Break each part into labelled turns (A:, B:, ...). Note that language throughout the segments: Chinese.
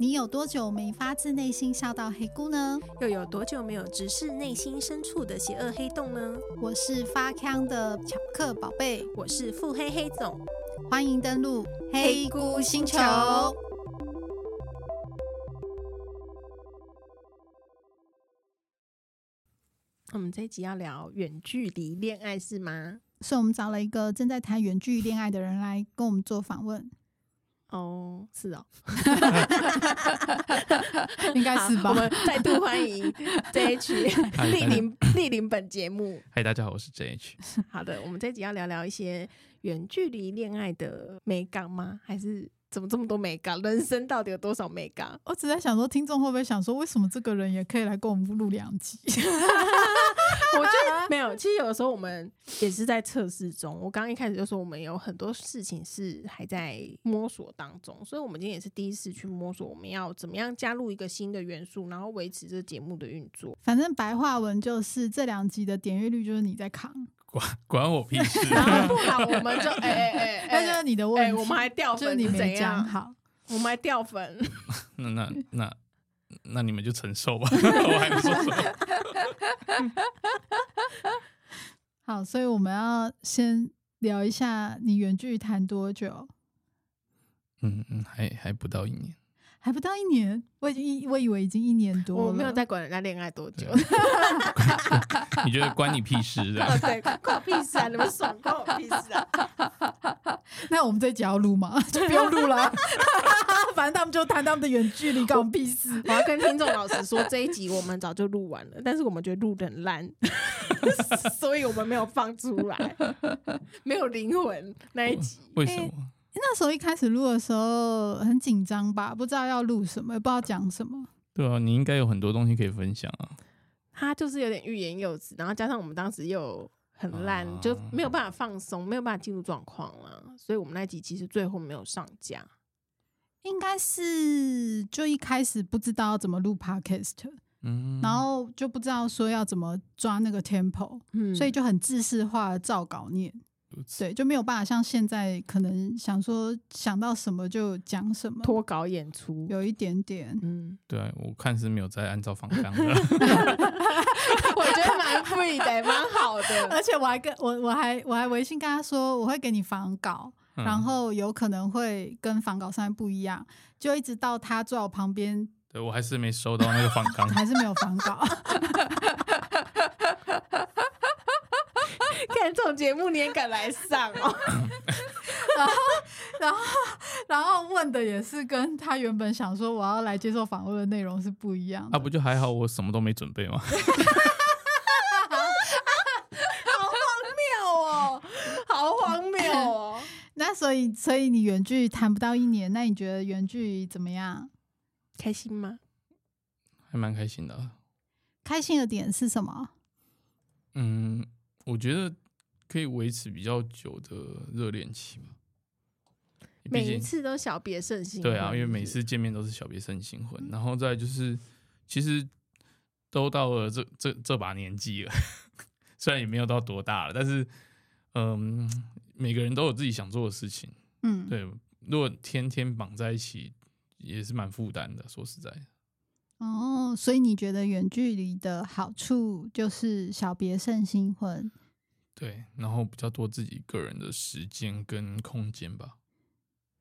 A: 你有多久没发自内心笑到黑姑呢？
B: 又有多久没有直视内心深处的邪恶黑洞呢？
A: 我是发康的巧克宝贝，
B: 我是腹黑黑总，
A: 欢迎登录
B: 黑菇星球我们这一集要聊远距离恋爱是吗？
A: 所以我们找了一个正在谈远距离恋爱的人来跟我们做访问，
B: 哦，是哦，
A: 应该是
B: 好我
A: 吧？
B: 们再度欢 迎 JH 莅
C: 嗨大家
B: 临莅临本节目。
C: 嗨，大家好，我是 JH。
B: 好的，我们这一集要聊聊一些远距离恋爱的美感吗？还是怎么这么多美感？人生到底有多少美感？啊
A: 我只在想说，听众会不会想说，为什么这个人也可以来跟我们录两 集？
B: 我觉 得没有，其实有的时候我们也是在测试中。我刚刚一开始就说，我们有很多事情是还在摸索当中，所以我们今天也是第一次去摸索，我们要怎么样加入一个新的元素，然后维持这节目的运作。
A: 反正白话文就是这两集的点阅率就是你在扛，
C: 管管我屁 事！
B: 然后不好，我们就哎 哎
A: 那就
B: 哎
A: 是你的
B: 哎，
A: 问
B: 哎
A: 题。
B: 我们还掉
A: 就是
B: 粉
A: 你
B: 是怎
A: 没讲
B: 样？
A: 好，
B: 我们还掉粉，
C: 那那那那你们就承受吧， 我还能说 什么？
A: 好，所以我们要先聊一下你远距离谈多久？
C: 嗯嗯，还还不到一年，
A: 还不到一年，我已经一我以为已经一年多了，
B: 我没有在管人家恋爱多久，
C: 啊 你觉得关你屁事的？
B: 哦对，关我屁事啊！你们爽，关我屁事啊！
A: 那我们这一集要录吗？ 就不用录了，反正他们就谈他们的远距离，关我屁事。
B: 我要跟听众老师说，这一集我们早就录完了，但是我们觉得录的很 烂，所以我们没有放出来，没有灵魂那一集。
C: 为什么？
A: 那时候一开始录的时候很紧张吧，不知道要录什么，也不知道讲什么。
C: 对啊，你应该有很多东西可以分享啊。
B: 他就是有点欲言又止，然后加上我们当时又很烂，
C: 啊
B: 就没有办法放松，没有办法进入状况了，所以我们那一集其实最后没有上架。
A: 应该是就一开始不知道怎么录 podcast，、
C: 嗯，
A: 然后就不知道说要怎么抓那个 tempo，、
B: 嗯
A: 所以就很制式化的照稿念，
C: 如此
A: 对，就没有办法像现在可能想说想到什么就讲什么，
B: 脱稿演出。
A: 有一点点。
B: 嗯，
C: 对啊，我看是没有在按照方向的。
B: 我觉得蛮 free 的，蛮好的。
A: 而且我还跟我我还我还微信跟他说我会给你仿稿，
C: 嗯
A: 然后有可能会跟仿稿上面不一样，就一直到他坐我旁边，
C: 对我还是没收到那个方刚
A: 还是没有仿稿，
B: 看这种节目你也敢来上哦？
A: 然后然后问的也是跟他原本想说我要来接受访问的内容是不一样的。
C: 啊，不就还好，我什么都没准备吗？
B: 好荒谬哦，好荒谬哦！
A: 那所以所以你远距离谈不到一年，那你觉得远距离怎么样？
B: 开心吗？
C: 还蛮开心的啊。
A: 开心的点是什么？
C: 嗯，我觉得可以维持比较久的热恋期吧。毕
B: 每一
C: 竟
B: 次都小别胜新婚。
C: 对啊，因为每
B: 是嗯
C: 次见面都是小别胜新婚，然后再来就是，其实都到了这这这把年纪了， 虽然也没有到多大了，但是嗯，每个人都有自己想做的事情。
A: 嗯，
C: 对，如果天天绑在一起，也是蛮负担的。说实在的，
A: 哦，所以你觉得远距离的好处就是小别胜新婚，
C: 对，然后比较多自己个人的时间跟空间吧。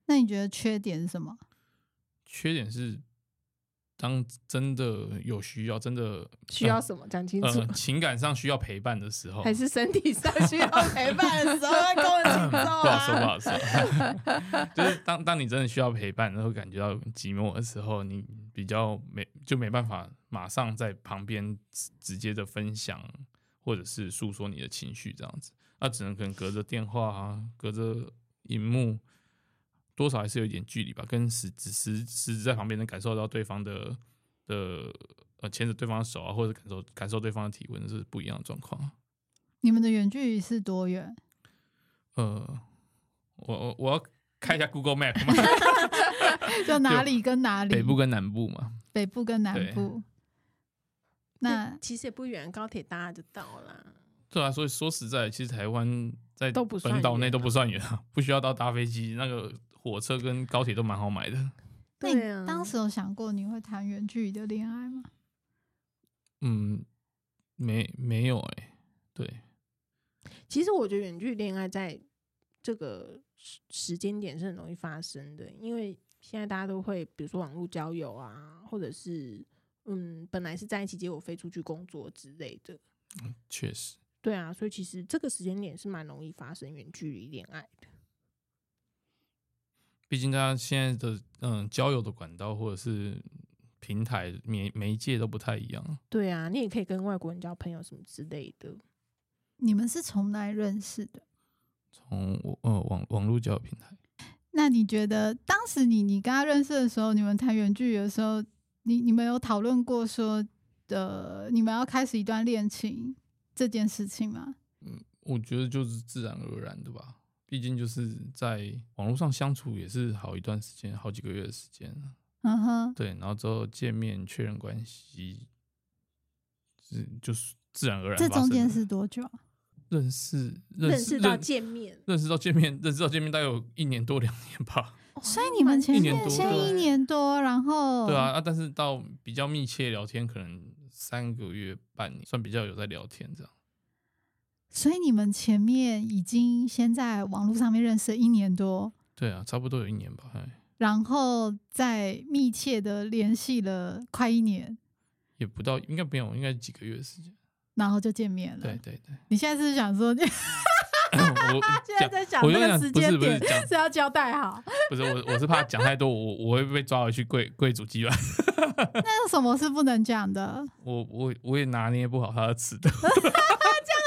A: 那你觉得缺点是什么？
C: 缺点是，当真的有需要，真的
B: 需要什么讲清楚
C: 呃？情感上需要陪伴的时候，
B: 还是身体上需要陪伴的时候要跟我请教
C: 不好说，不
B: 啊？
C: 好说。 就是当当你真的需要陪伴，然后感觉到寂寞的时候，你比较没就没办法马上在旁边直直接的分享，或者是诉说你的情绪这样子。那只能可能隔着电话啊，隔着荧幕，多少还是有一点距离吧，跟实只实实质在旁边能感受到对方的的呃牵着对方的手啊，或者感受感受对方的体温是不一样的状况啊。
A: 你们的远距离是多远？
C: 呃，我我我要开一下 Google Map 嘛，
A: 就哪里跟哪里？
C: 北部跟南部嘛，
A: 北部跟南
C: 对
A: 部。那
B: 其实也不远，高铁搭就到啦。
C: 对啊，所以说实在，其实台湾在
B: 都不算
C: 本岛
B: 远
C: 内都
B: 啊
C: 不算远啊，不需要到搭飞机，那个火车跟高铁都蛮好买的。
A: 那你
B: 对啊
A: 当时有想过你会谈远距离的恋爱吗？
C: 嗯，没没有哎、对，
B: 其实我觉得远距离恋爱在这个时时间点是很容易发生的，因为现在大家都会，比如说网络交友啊，或者是嗯，本来是在一起，结果飞出去工作之类的。
C: 确实，
B: 对啊，所以其实这个时间点是蛮容易发生远距离恋爱的。
C: 毕竟大家现在的嗯交友的管道或者是平台媒媒介都不太一样。
B: 对啊，你也可以跟外国人交朋友什么之类的。
A: 你们是从哪里认识的？
C: 从我呃网网络交友平台，
A: 那你觉得当时你你跟他认识的时候，你们谈远距离的时候，你你们有讨论过说的、呃你们要开始一段恋情这件事情吗？
C: 我觉得就是自然而然的吧。毕竟就是在网络上相处也是好一段时间，好几个月的时间了。
A: 嗯哼，
C: 对，然后之后见面确认关系，是就是自然而然
A: 这
C: 发生
A: 中
C: 的。
A: 间是多久啊？
C: 认识
B: 认
C: 认
B: 识到
C: 认
B: 见面，
C: 认识到见面，认识到见面大概有一年多两年 吧。
B: 哦
A: 所以
B: 那
A: 你们
B: 蛮
A: 前
C: 一年
A: 面
C: 多
A: 先
C: 对啊
A: 一年多，然后
C: 对啊，，啊，但是到比较密切聊天，可能三个月、半年，算比较有在聊天这样。
A: 所以你们前面已经先在网络上面认识了一年多，
C: 对啊，差不多有一年吧。哎，
A: 然后再密切的联系了快一年，
C: 也不到，应该没有，应该几个月的时间。
A: 然后就见面了。
C: 对对对，
A: 你现在是想说，现
C: 我
A: 在
C: 讲
A: 在想
C: 我
A: 这
C: 就
A: 个
C: 想
A: 时
C: 不是
A: 间
C: 不是
A: 点
C: 讲
A: 是要交代 好。
C: 不是我，我是怕讲太多，我我会被抓回去跪跪主机吧。
A: 那什么是不能讲的？
C: 我我我也拿捏不好他的尺度，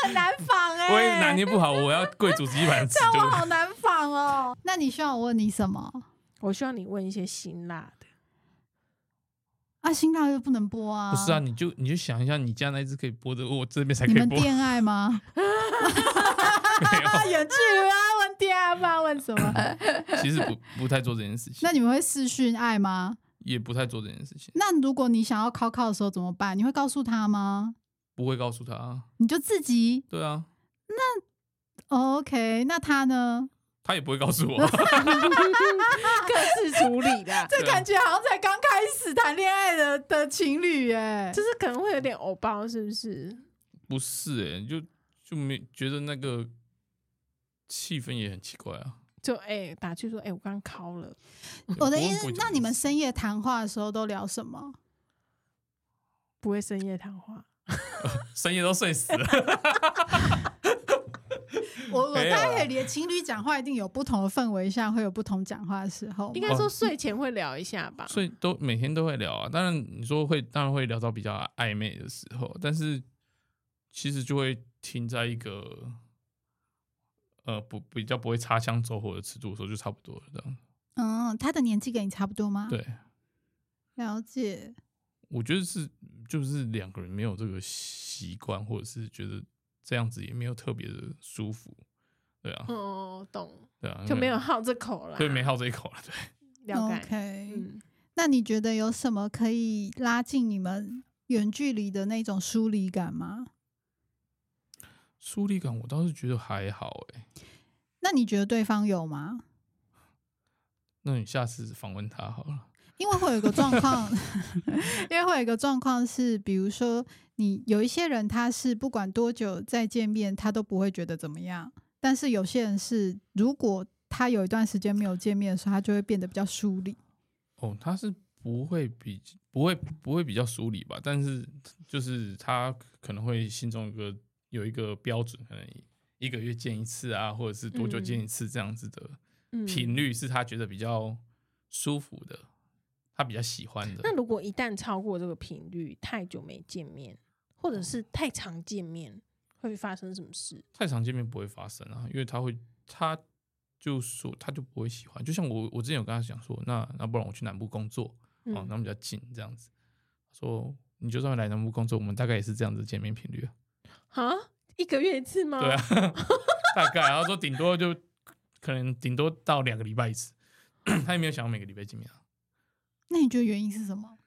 A: 很难仿哎、
C: 我也拿捏不好，我要跪主机版的尺
A: 但我
C: 度。
A: 好难仿哦。 那你需要我问你什么？
B: 我希望你问一些辛辣的。
A: 啊，新浪又不能播啊。
C: 不是啊，，你就你就想一下，你家那一只可以播的，我这边才可
A: 你
C: 以
A: 们
C: 播。
A: 恋爱吗？啊，远距离啊，问恋爱吗？问什么？
C: 其实不不太做这件事情，
A: 那你们会视讯爱吗？
C: 也不太做这件事情，
A: 那如果你想要考考的时候怎么办？你会告诉他吗？
C: 不会告诉他啊。
A: 你就自己
C: 对啊，
A: 哦 OK，那他呢？
C: 他也不会 告诉我。
B: 各自处理的，
A: 这
C: 对啊
A: 感觉好像才刚开始谈恋爱的的情侣耶
B: 就，是可能会有点偶包，是不是？
C: 不是哎、就就没觉得那个气氛也很奇怪啊。
B: 就哎、打去说哎、我刚考了，
A: 我的
C: 不
A: 意
C: 会
A: 思
C: 不会
A: 是，
C: 讲
A: 那你们深夜谈话的时候都聊什么？
B: 不会深夜谈话。
C: 深夜都睡死了，
A: 我我大
C: 没有啊
A: 概可以理解，情侣讲话一定有不同的氛围下会有不同讲话的时候嘛。
C: 哦
B: 应该说睡前会聊一下吧。
C: 所以都每天都会聊啊。当然你说会，当然会聊到比较暧昧的时候，但是其实就会停在一个呃不比较不会擦枪走火的尺度的时候，就差不多了这样。
A: 嗯，他的年纪跟你差不多
B: 嗯
A: 吗？，
C: 对，
A: 了解。
C: 我觉得是就是两个人没有这个习惯，或者是觉得这样子也没有特别的舒服。对啊，
B: 哦，懂，
C: 对啊，
B: 就没有
C: 因为
B: 好这口了。
C: 对没好这一口了。对，
B: 了解。
A: OK，、
B: 嗯，
A: 那你觉得有什么可以拉近你们远距离的那种疏离感吗？
C: 疏离感我倒是觉得还好哎、
A: 那你觉得对方有吗？
C: 那你下次访问他好了。
A: 因为会有一个状况， 因为会有一个状况是，比如说你有一些人他是不管多久再见面，他都不会觉得怎么样，但是有些人是如果他有一段时间没有见面的时候，他就会变得比较疏离。
C: 哦，他是不会比不会不会比较疏离吧？但是就是他可能会心中有个有一个标准，可能一个月见一次啊，或者是多久见一次这样子的
B: 嗯
C: 频率，是他觉得比较舒服的，他比较喜欢的。
B: 那如果一旦超过这个频率，太久没见面，或
C: 嗯
B: 者是太常见面，会发生什么事？
C: 太常见面不会发生啊，因为他会，他就说他就不会喜欢。就像我，我之前有跟他讲说，那那不然我去南部工作，
B: 嗯
C: 哦，那比较近这样子。他说你就算来南部工作，我们大概也是这样子见面频率啊。
B: 啊，一个月一次吗？
C: 对啊，， 大概。然后说顶多就可能顶多到两个礼拜一次， 他也没有想要每个礼拜见面啊。
A: 那你觉得原因是什么？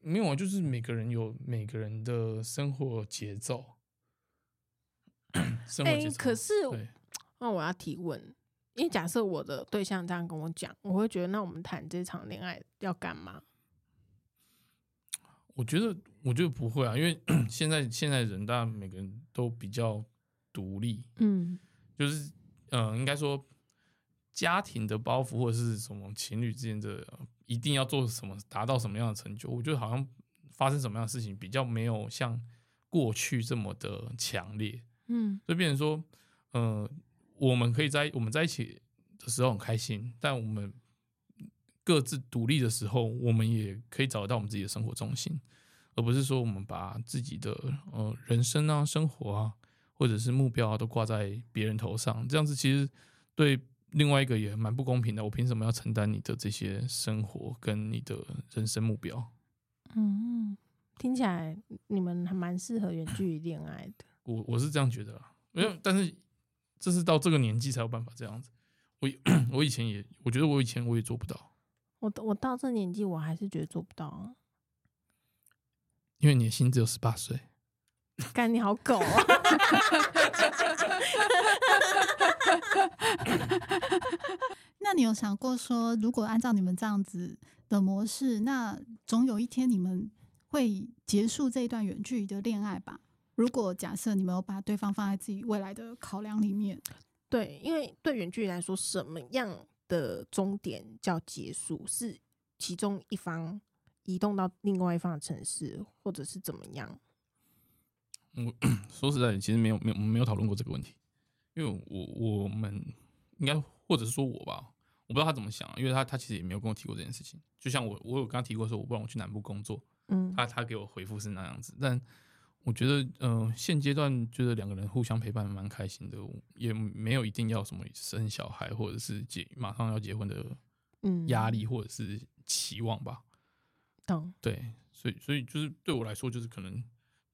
C: 没有啊，就是每个人有每个人的生活节奏，生活
B: 哎、
C: 节奏。
B: 可是
C: 对，
B: 那我要提问，因为假设我的对象这样跟我讲，我会觉得那我们谈这场恋爱要干嘛？
C: 我觉得，我觉得不会啊，因为 现在现在人大家每个人都比较独立，
B: 嗯
C: 就是嗯、呃应该说家庭的包袱或者是什么情侣之间的呃一定要做什么，达到什么样的成就，我觉得好像发生什么样的事情比较没有像过去这么的强烈，
B: 嗯
C: 就变成说，呃，我们可以在我们在一起的时候很开心，但我们各自独立的时候，我们也可以找得到我们自己的生活重心，而不是说我们把自己的呃人生啊、生活啊，或者是目标啊，都挂在别人头上。这样子其实对另外一个也蛮不公平的。我凭什么要承担你的这些生活跟你的人生目标？
B: 嗯，听起来你们还蛮适合远距离恋爱的。
C: 我我是这样觉得啦，因为但是这是到这个年纪才有办法这样子。我 以我以前也，我觉得我以前我也做不到，
B: 我我到这年纪，我还是觉得做不到啊。
C: 因为你的心只有十八岁。
B: 干你好狗啊！
A: 那你有想过说，如果按照你们这样子的模式，那总有一天你们会结束这一段远距离的恋爱吧？如果假设你们有把对方放在自己未来的考量里面，
B: 对，因为对远距离来说，什么样的终点叫结束？是其中一方移动到另外一方的城市，或者是怎么样？
C: 说实在的，其实没有没有我们没有讨论过这个问题，因为我我们应该或者是说我吧，我不知道他怎么想啊，因为他他其实也没有跟我提过这件事情。就像我我有跟他提过说，我不然我去南部工作，
B: 嗯
C: 他他给我回复是那样子，但我觉得，嗯、现阶段觉得两个人互相陪伴蛮开心的，也没有一定要什么生小孩或者是结马上要结婚的
B: 嗯，
C: 压力或者是期望吧。
B: 懂。
C: 对，所以所以就是对我来说，就是可能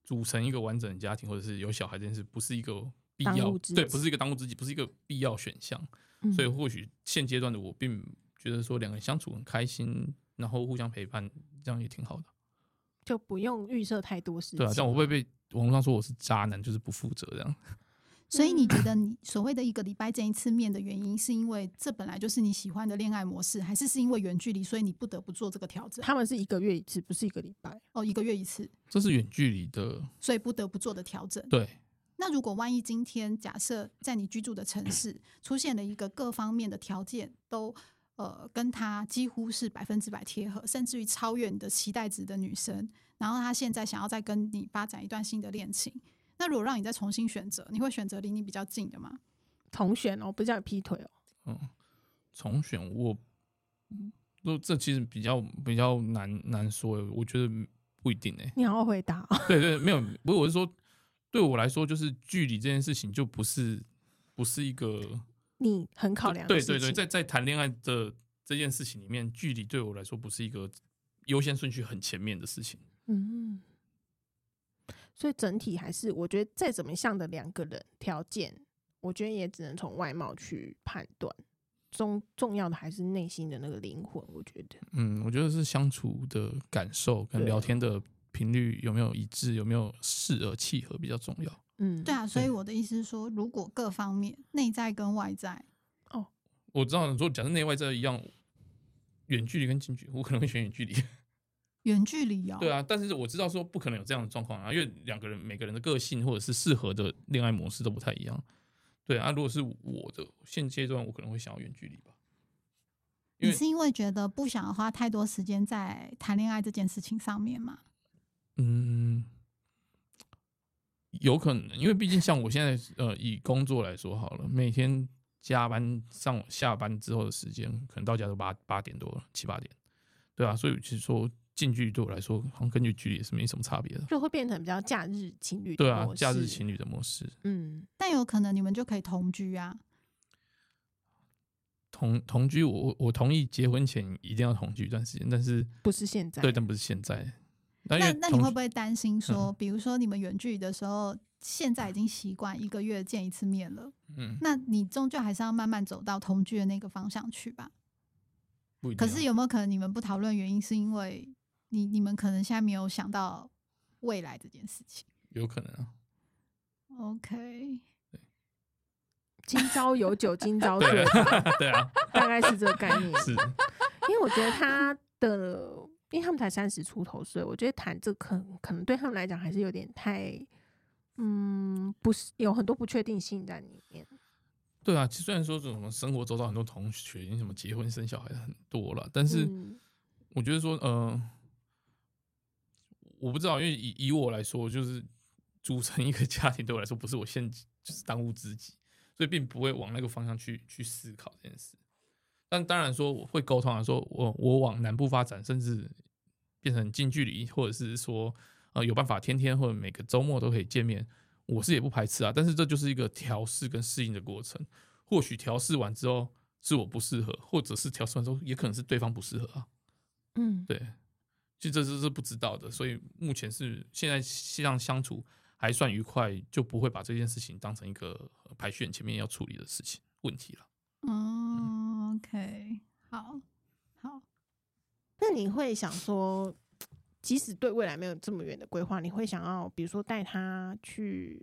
C: 组成一个完整的家庭或者是有小孩这件事，不是一个必
B: 当
C: 要
B: 务，之
C: 对，
B: 急
C: 不是一个当务之急，不是一个必要选项。
B: 嗯
C: 所以或许现阶段的我并觉得说两个人相处很开心，然后互相陪伴，这样也挺好的。
B: 就不用预设太多事情。
C: 对啊，但我会被网络上说我是渣男，就是不负责这样。
A: 所以你觉得你所谓的一个礼拜见一次面的原因，是因为这本来就是你喜欢的恋爱模式，还是是因为远距离，所以你不得不做这个调整？
B: 他们是一个月一次，不是一个礼拜。
A: 哦，一个月一次，
C: 这是远距离的，
A: 所以不得不做的调整。
C: 对，
A: 那如果万一今天假设在你居住的城市出现了一个各方面的条件都呃跟他几乎是百分之百贴合，甚至于超越你的期待值的女生，然后她现在想要再跟你发展一段新的恋情，那如果让你再重新选择，你会选择离你比较近的吗？
B: 同选哦，不是叫你劈腿哦。
C: 嗯，重选我，都这其实比较比较难难说，欸我觉得不一定哎、
B: 你好好回答、哦。
C: 对对，没有，不是我是说，对我来说就是距离这件事情就不是不是一个
B: 你很考量的
C: 对
B: 事情。
C: 对对，在在谈恋爱的这件事情里面，距离对我来说不是一个优先顺序很前面的事情。
B: 嗯，所以整体还是，我觉得再怎么像的两个人条件，我觉得也只能从外貌去判断。重重要的还是内心的那个灵魂，我觉得。
C: 嗯，我觉得是相处的感受跟
B: 对
C: 聊天的频率有没有一致，有没有适而契合比较重要。
B: 嗯，
A: 对啊，所以
C: 对
A: 我的意思是说，如果各方面内在跟外在，
C: 我知道你说假设内外在一样，远距离跟近距离，我可能会选远距离。
A: 远距离哦，
C: 对啊，但是我知道说不可能有这样的状况啊，因为两个人每个人的个性或者是适合的恋爱模式都不太一样。对啊，如果是我的现阶段，我可能会想要远距离吧。因
A: 你
C: 为
A: 是因为觉得不想花太多时间在谈恋爱这件事情上面吗？
C: 嗯，有可能，因为毕竟像我现在呃，以工作来说好了，每天加班上下班之后的时间，可能到家都八八点多了，七八点，对啊，所以其实说近距离对我来说，好像跟远距离也是没什么差别的。
B: 就会变成比较假日情侣。
C: 对啊，假日。情侣的模式，
B: 嗯，
A: 但有可能你们就可以同居啊，
C: 同同居我，我我同意结婚前一定要同居一段时间，但是
B: 不是现在。
C: 对，但不是现在。那因
A: 那
C: 为
A: 那你
C: 哎同嗯
A: 会不会担心说，比如说你们远距离的时候，现在已经习惯一个月见一次面了，
C: 嗯，
A: 那你终究还是要慢慢走到同居的那个方向去吧？
C: 不一定
A: 可
C: 啊
A: 是有没有可能你们不讨论原因，是因为你你们可能现在没有想到未来这件事情
C: 有可能啊，
A: ？OK，
B: 今朝有酒今朝醉
C: 对
B: 吧，
C: 啊， 对啊，
B: 大概是这个概念。
C: 是
B: 因为我觉得他的，因为他们才三十出头岁，我觉得谈这可能可能对他们来讲还是有点太，嗯，不是有很多不确定性在里面。
C: 对啊。其实虽然说这种生活周遭很多同学，因为什么结婚生小孩的很多了，但是
B: 嗯
C: 我觉得说，呃，我不知道，因为以以我来说，就是组成一个家庭对我来说不是我现就是当务之急，所以并不会往那个方向去去思考这件事。但当然说我会沟通啊，说我我往南部发展，甚至变成近距离，或者是说呃有办法天天或者每个周末都可以见面，我是也不排斥啊。但是这就是一个调试跟适应的过程，或许调试完之后是我不适合，或者是调试完之后也可能是对方不适合啊。
B: 嗯，
C: 对，其实这是是不知道的，所以目前是现在这样相处还算愉快，就不会把这件事情当成一个呃排序很前面要处理的事情问题了。
A: 哦，OK，好，好，
B: 那你会想说，即使对未来没有这么远的规划，你会想要比如说带他去，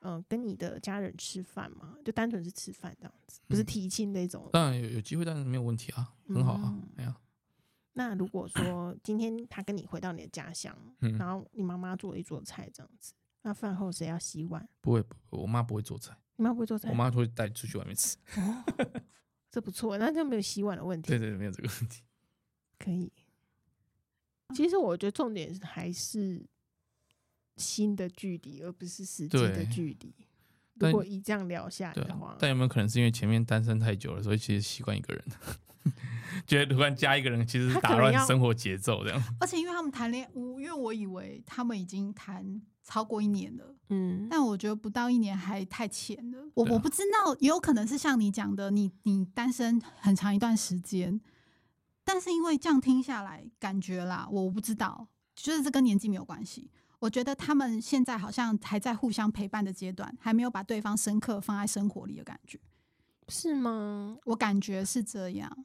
B: 嗯、跟你的家人吃饭吗？就单纯是吃饭这样子，不是
C: 嗯
B: 提亲那种。
C: 当然有有机会，但是没有问题啊，很好啊
B: 嗯，
C: 哎呀，
B: 那如果说今天他跟你回到你的家乡，
C: 嗯
B: 然后你妈妈做了一桌菜这样子，那饭后谁要洗碗？
C: 不会，不会我妈不会做菜，
B: 你妈不会做菜
C: 我，妈会带出去外面吃。
B: 哦，这不错，那就没有洗碗的问题
C: 对，对，对没有这个问题。
B: 可以。其实我觉得重点还是新的距离，而不是实际的
C: 对
B: 距离。如
C: 但
B: 果一这样聊下来
C: 对
B: 的
C: 啊
B: 话，，
C: 但有没有可能是因为前面单身太久了，所以其实习惯一个人， 觉得突然加一个人，其实是
B: 他可
C: 打
B: 能
C: 乱
B: 要
C: 生活节奏这样。
A: 而且因为他们谈恋爱，我因为我以为他们已经谈超过一年了，
B: 嗯，
A: 但我觉得不到一年还太浅了。我、
C: 对啊
A: 我不知道，也有可能是像你讲的，你你单身很长一段时间，但是因为这样听下来，感觉啦，我不知道，就是这跟年纪没有关系。我觉得他们现在好像还在互相陪伴的阶段，还没有把对方深刻放在生活里的感觉。
B: 是吗？
A: 我感觉是这样，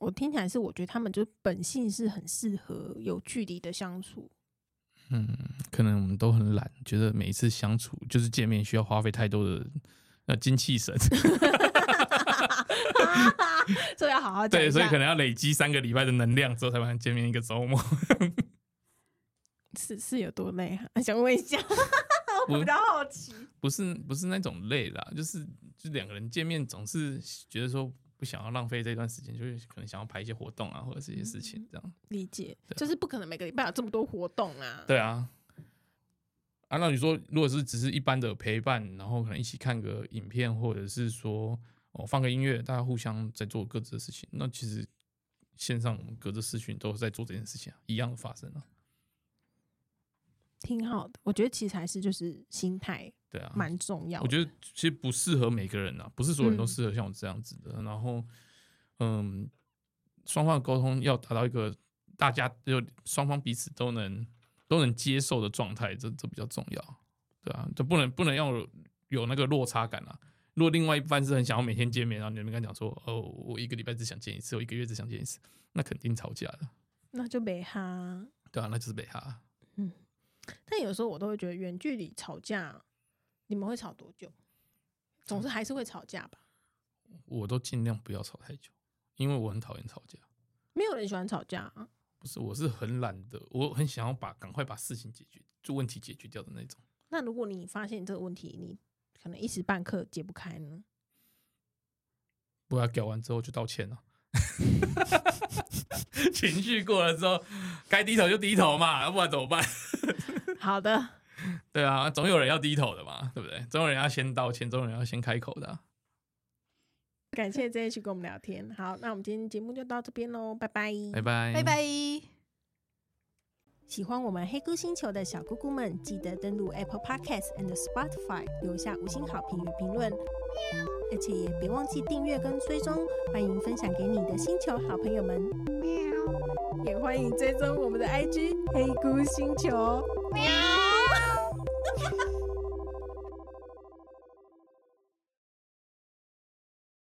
B: 我听起来是，我觉得他们就本性是很适合有距离的相处。
C: 嗯，可能我们都很懒，觉得每一次相处就是见面需要花费太多的呃精气神，
B: 这要好好讲
C: 对，
B: 一
C: 所以
B: 下
C: 可。能要累积三个礼拜的能量之后才能见面一个周末。
B: 是是有多累啊？ 想问一下，我
C: 不
B: 比较好奇。
C: 不是不是那种累啦，就是就两个人见面总是觉得说不想要浪费这段时间，就是可能想要排一些活动啊，或者是一些事情这样。
B: 理解，
C: 对
B: 就是不可能每个礼拜有这么多活动啊。
C: 对啊，啊，那你说如果是只是一般的陪伴，然后可能一起看个影片，或者是说哦放个音乐，大家互相在做各自的事情，那其实线上我们隔着视讯都是在做这件事情啊，一样的发生啊。
B: 挺好的。我觉得其实还是就是心态
C: 对啊，
B: 蛮重要的。
C: 我
B: 得
C: 觉得其实不适合每个人啊，不是所有人都
B: 嗯
C: 适合像我这样子的。然后，嗯，双方的沟通要达到一个大家就双方彼此都能都能接受的状态，这这比较重要，对啊，就不能不能要有有那个落差感啊。如果另外一半是很想要每天见面，然后你们跟他讲说，哦，我一个礼拜只想见一次，我一个月只想见一次，那肯定吵架了，
B: 那就没哈。
C: 对啊，那就是被哈。
B: 但有时候我都会觉得远距离吵架，你们会吵多久？总是还是会吵架吧？
C: 我都尽量不要吵太久，因为我很讨厌吵架。
B: 没有人喜欢吵架啊。
C: 不是，我是很懒的，我很想要把赶快把事情解决，就问题解决掉的那种。
B: 那如果你发现这个问题，你可能一时半刻解不开呢？
C: 不要搞完之后就道歉了。 情绪过了之后，该低头就低头嘛，要不然怎么办？
B: 好的，
C: 对啊，总有人要低头的嘛，对不对？总有人要先道歉，总有人要先开口的啊、
B: 感谢这一期跟我们聊天。好，那我们今天节目就到这边喽，拜拜，
C: 拜拜，
A: 拜拜。
B: 喜欢我们黑菇星球的小姑姑们，记得登录 Apple Podcasts and Spotify，留下五星好评与评论，而且也别忘记订阅跟追踪，欢迎分享给你的星球好朋友们，也欢迎追踪我们的 IG 黑菇星球。喵